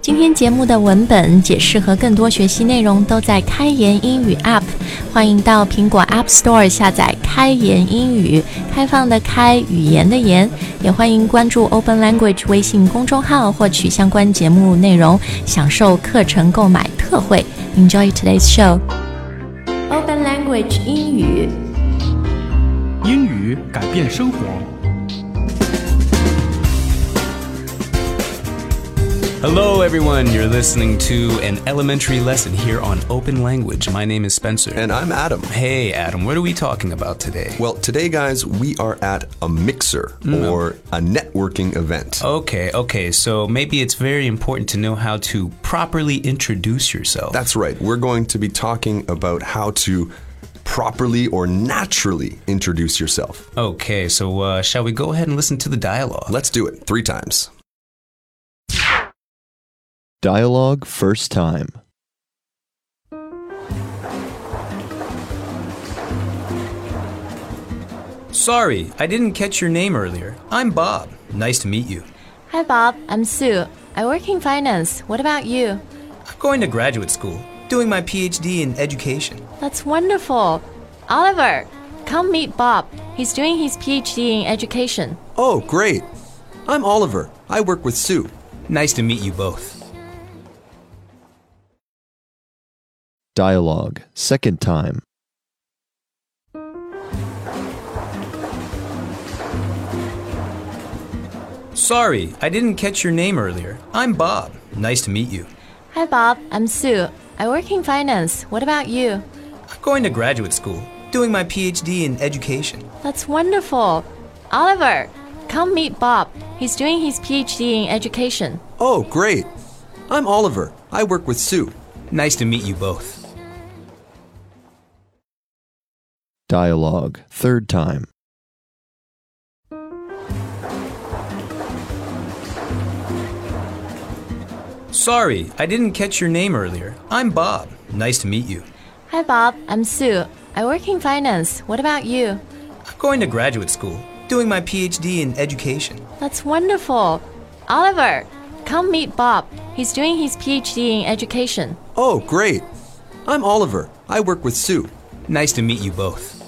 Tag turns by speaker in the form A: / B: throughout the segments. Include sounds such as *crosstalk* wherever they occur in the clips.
A: 今天节目的文本解释和更多学习内容都在开言英语 App，欢迎到苹果 App Store 下载开言英语，开放的开，语言的言，也欢迎关注 Open Language 微信公众号获取相关节目内容，享受课程购买特惠。Enjoy today's show. Open Language 英语
B: 英语改变生活。
C: Hello, everyone. You're listening to an elementary lesson here on Open Language. My name is Spencer.
D: And I'm Adam.
C: hey, Adam, what are we talking about today?
D: Well, today, guys, we are at a mixer or a networking event.
C: Okay, okay, so maybe it's very important to know how to properly introduce yourself.
D: That's right, we're going to be talking about how to properly or naturally introduce yourself.
C: okay, so uh, shall we go ahead and listen to the dialogue?
D: Let's do it three times.
E: Dialogue first time.
C: Sorry, I didn't catch your name earlier. I'm Bob. Nice to meet you.
A: Hi Bob, I'm Sue. I work in finance. What about you?
C: I'm going to graduate school, doing my PhD in education.
A: That's wonderful. Oliver, come meet Bob. He's doing his PhD in education.
D: Oh, great. I'm Oliver. I work with Sue.
C: Nice to meet you both.
E: Dialogue second time.
C: Sorry, I didn't catch your name earlier. I'm Bob. Nice to meet you.
A: Hi Bob, I'm Sue. I work in finance. What about you?
C: I'm going to graduate school, doing my PhD in education.
A: That's wonderful. Oliver, come meet Bob. He's doing his PhD in education.
D: Oh, great. I'm Oliver. I work with Sue.
C: Nice to meet you both.
E: Dialogue third time.
C: Sorry, I didn't catch your name earlier. I'm Bob. Nice to meet you.
A: Hi Bob, I'm Sue. I work in finance. What about you?
C: I'm going to graduate school, doing my PhD in education.
A: That's wonderful. Oliver, come meet Bob. He's doing his PhD in education.
D: Oh, great. I'm Oliver. I work with Sue.
C: Nice to meet you both.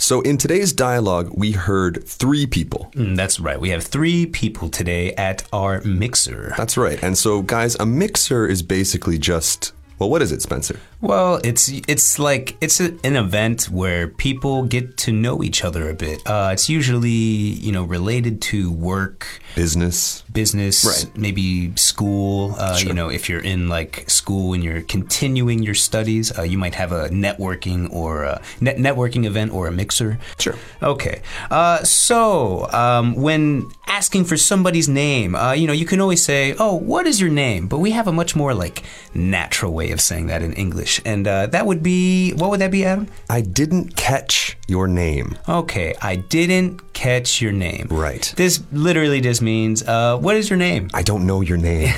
D: So, in today's dialogue, we heard three people.
C: Hmm, that's right. We have three people today at our mixer.
D: That's right. And so, guys, a mixer is basically just, well, what is it, Spencer?
C: Well, it's it's like it's a, an event where people get to know each other a bit. Uh, it's usually you know related to work.
D: Business.
C: business,
D: Right.
C: maybe school. Uh, You know, if you're in like school and you're continuing your studies, uh, you might have a networking or a net networking event or a mixer.
D: Sure.
C: Okay. Uh, so um, when asking for somebody's name, uh, you know, you can always say, "Oh, what is your name?" But we have a much more like natural way of saying that in English, and uh, that would be what would that be, Adam?
D: I didn't catch your name.
C: Okay, I didn't catch your name.
D: Right.
C: This literally just means, uh, what is your name?
D: I don't know
C: *laughs*
D: your name.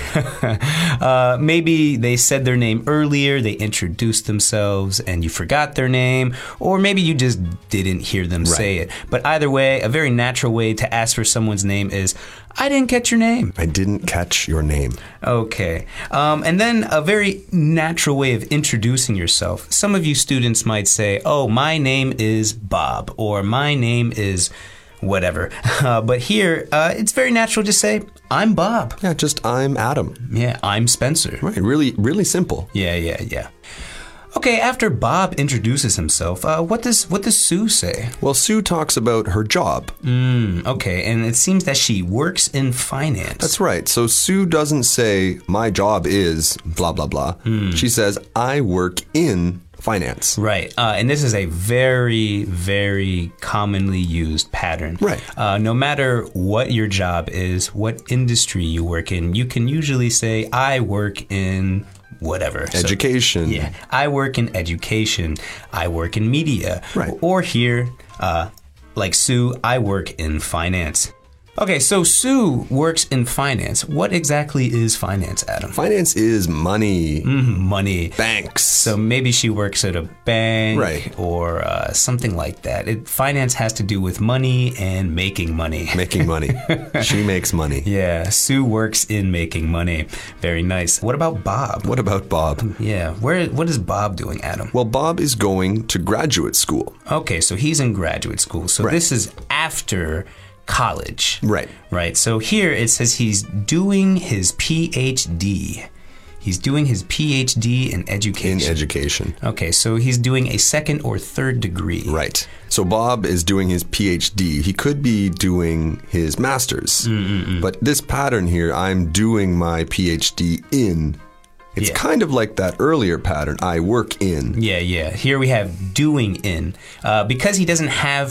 C: uh, maybe they said their name earlier, they introduced themselves, and you forgot their name, or maybe you just didn't hear them say it. But either way, a very natural way to ask for someone's name is, I didn't catch your name.
D: I didn't catch your name.
C: Okay. Um, and then a very natural way of introducing yourself. Some of you students might say, Oh, my name is Bob, or my name is whatever. *laughs* Uh, but here, uh, it's very natural to say, I'm Bob.
D: Yeah, just I'm Adam.
C: Yeah, I'm Spencer.
D: Right, really, really simple.
C: Yeah, yeah, yeah. Okay, after Bob introduces himself, uh, what does what does Sue say?
D: Well, Sue talks about her job.
C: Hmm, okay, and it seems that she works in finance.
D: That's right. So Sue doesn't say, my job is blah, blah, blah.
C: Hmm.
D: She says, I work in finance.
C: Right, uh, and this is a very, very commonly used pattern.
D: Right.
C: Uh, no matter what your job is, what industry you work in, you can usually say, "I work in whatever." So-
D: Education.
C: yeah, I work in education. I work in media.
D: Right.
C: Or here, uh, like Sue, I work in finance. Okay, so Sue works in finance. What exactly is finance, Adam? *laughs*
D: Finance is money,
C: Mm, money.
D: banks.
C: So maybe she works at a bank
D: Right.
C: or uh, something like that. It, finance has to do with money and making money.
D: making
C: *laughs*
D: money. she makes money.
C: Yeah, Sue works in making money. Very nice. What about Bob?
D: What about Bob?
C: Yeah, where what is Bob doing, Adam?
D: Well, Bob is going to graduate school.
C: Okay, so he's in graduate school. So
D: Right.
C: this is after college.
D: Right.
C: Right. So here it says he's doing his PhD. He's doing his PhD in
D: In
C: education.
D: education.
C: okay, so he's doing a second or third degree.
D: Right. So Bob is doing his PhD. He could be doing his master's.
C: Mm,
D: But this pattern here, I'm doing my PhD in. It's
C: Yeah.
D: kind of like that earlier pattern, I work in.
C: Yeah, yeah. Here we have doing in. Uh, because he doesn't have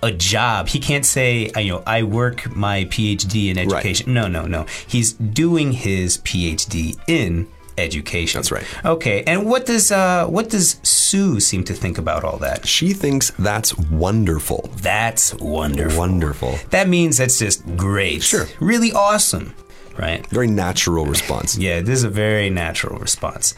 C: a job, he can't say, uh, you know, I work my PhD in education. No, no, no. He's doing his PhD in education.
D: That's right.
C: Okay, and what does uh, what does Sue seem to think about all that?
D: She thinks that's wonderful.
C: That's wonderful.
D: Wonderful.
C: That means that's just great.
D: Sure.
C: Really awesome, right?
D: Very natural response.
C: Yeah, this is a very natural response.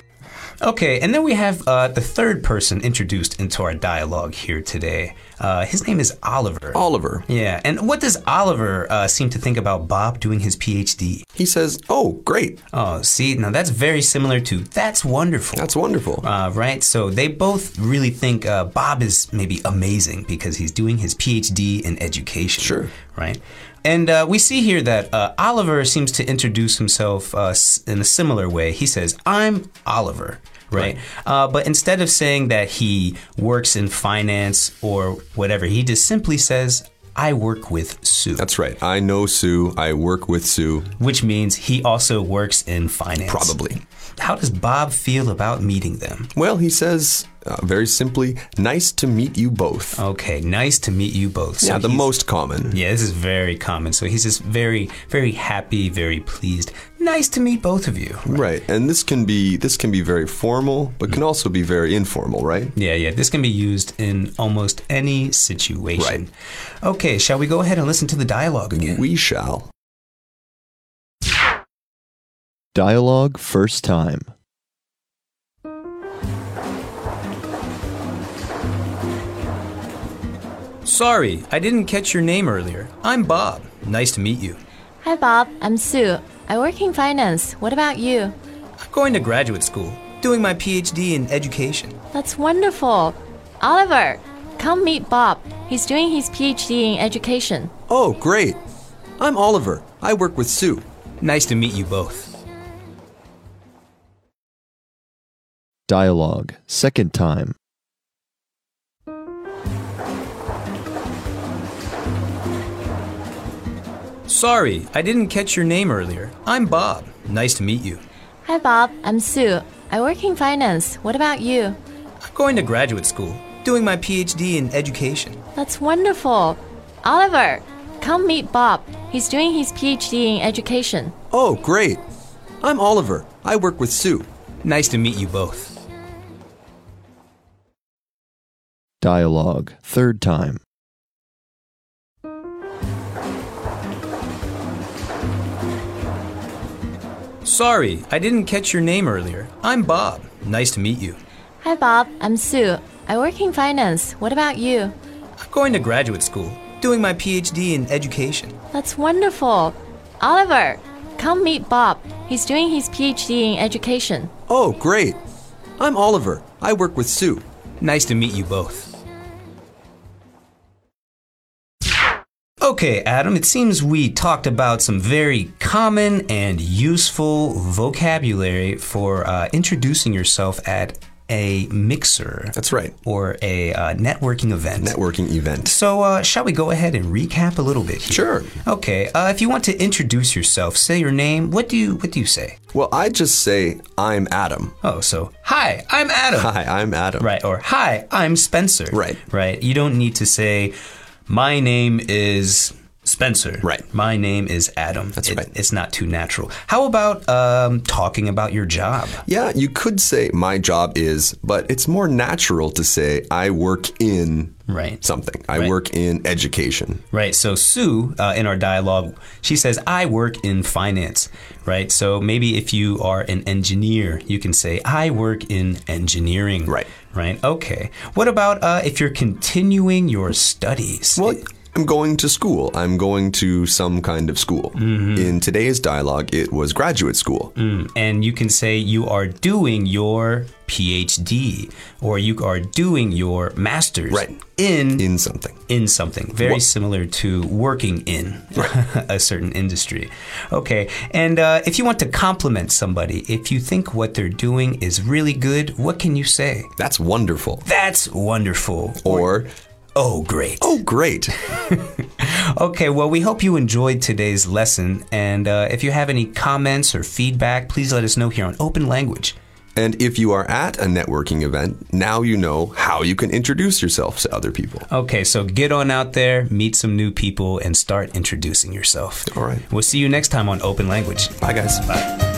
C: Okay, and then we have uh, the third person introduced into our dialogue here today. Uh, his name is Oliver.
D: Oliver,
C: Yeah, and what does Oliver uh, seem to think about Bob doing his PhD?
D: he says, Oh, great.
C: Oh, see, now that's very similar to that's wonderful.
D: That's wonderful.
C: Uh, right? So they both really think uh, Bob is maybe amazing because he's doing his PhD in education.
D: Sure.
C: Right? And uh, we see here that uh, Oliver seems to introduce himself uh, s- in a similar way. He says, I'm Oliver. Right. Uh, but instead of saying that he works in finance or whatever, he just simply says, I work with Sue,
D: That's right. I know Sue. I work with Sue.
C: which means he also works in finance.
D: Probably.
C: How does Bob feel about meeting them?
D: Well, he says uh, very simply, Nice to meet you both.
C: Okay, nice to meet you both. So
D: yeah, the
C: Oh, he's-
D: most common.
C: Yeah, this is very common. So he's just very, very happy, very pleased. Nice to meet both of you.
D: Right, and this can be this can be very formal, but can also be very informal, right?
C: Yeah, yeah. This can be used in almost any situation. Okay, shall we go ahead and listen to the dialogue again?
D: We shall.
E: Dialogue first time.
F: Sorry, I didn't catch your name earlier. I'm Bob. Nice to meet you.
A: Hi, Bob. I'm Sue. I work in finance. What about you?
F: I'm going to graduate school, doing my PhD in education.
A: That's wonderful. Oliver, come meet Bob. He's doing his PhD in education.
D: Oh, great. I'm Oliver. I work with Sue.
F: Nice to meet you both.
E: Dialogue second time.
F: Sorry, I didn't catch your name earlier. I'm Bob. Nice to meet you.
A: Hi, Bob. I'm Sue. I work in finance. What about you?
F: I'm going to graduate school, doing my PhD in education.
A: That's wonderful. Oliver, come meet Bob. He's doing his PhD in education.
D: Oh, great. I'm Oliver. I work with Sue.
F: Nice to meet you both.
E: Dialogue third time.
F: Sorry, I didn't catch your name earlier. I'm Bob. Nice to meet you.
A: Hi, Bob. I'm Sue. I work in finance. What about you?
F: I'm going to graduate school, doing my PhD in education.
A: That's wonderful. Oliver, come meet Bob. He's doing his PhD in education.
D: Oh, great. I'm Oliver. I work with Sue.
F: Nice to meet you both.
C: Okay, Adam, it seems we talked about some very common and useful vocabulary for uh, introducing yourself at a mixer
D: That's right.
C: or a uh, networking event.
D: Networking event.
C: So, uh, shall we go ahead and recap a little bit here?
D: Sure.
C: Okay. Uh, if you want to introduce yourself, say your name. What do you What do you say?
D: Well, I just say I'm Adam. *laughs*
C: Oh, so hi, I'm Adam.
D: Hi, I'm Adam.
C: Right. Or hi, I'm Spencer.
D: Right.
C: Right. You don't need to say my name is Spencer.
D: Right.
C: My name is Adam.
D: That's
C: It-
D: right.
C: It's not too natural. How about um, talking about your job?
D: Yeah, you could say my job is, but it's more natural to say I work in
C: Right.
D: something. I
C: Right.
D: work in education.
C: Right. So Sue, uh, in our dialogue, she says, "I work in finance." Right. So maybe if you are an engineer, you can say, "I work in engineering."
D: Right.
C: Right. Okay. What about uh, if you're continuing your studies?
D: Well, I'm going to school. I'm going to some kind of school. In today's dialogue, it was graduate school.
C: and you can say you are doing your PhD or you are doing your master's
D: Right.
C: in, in
D: In something.
C: something very
D: What-
C: similar to working in *laughs* a certain industry. Okay, and uh, if you want to compliment somebody, if you think what they're doing is really good, what can you say?
D: That's wonderful.
C: That's wonderful.
D: Or,
C: oh, great.
D: oh, great.
C: Okay, well, we hope you enjoyed today's lesson. And uh, if you have any comments or feedback, please let us know here on Open Language.
D: And if you are at a networking event, now you know how you can introduce yourself to other people.
C: Okay, so get on out there, meet some new people, and start introducing yourself.
D: All right.
C: We'll see you next time on Open Language.
D: Bye, guys.
C: Bye.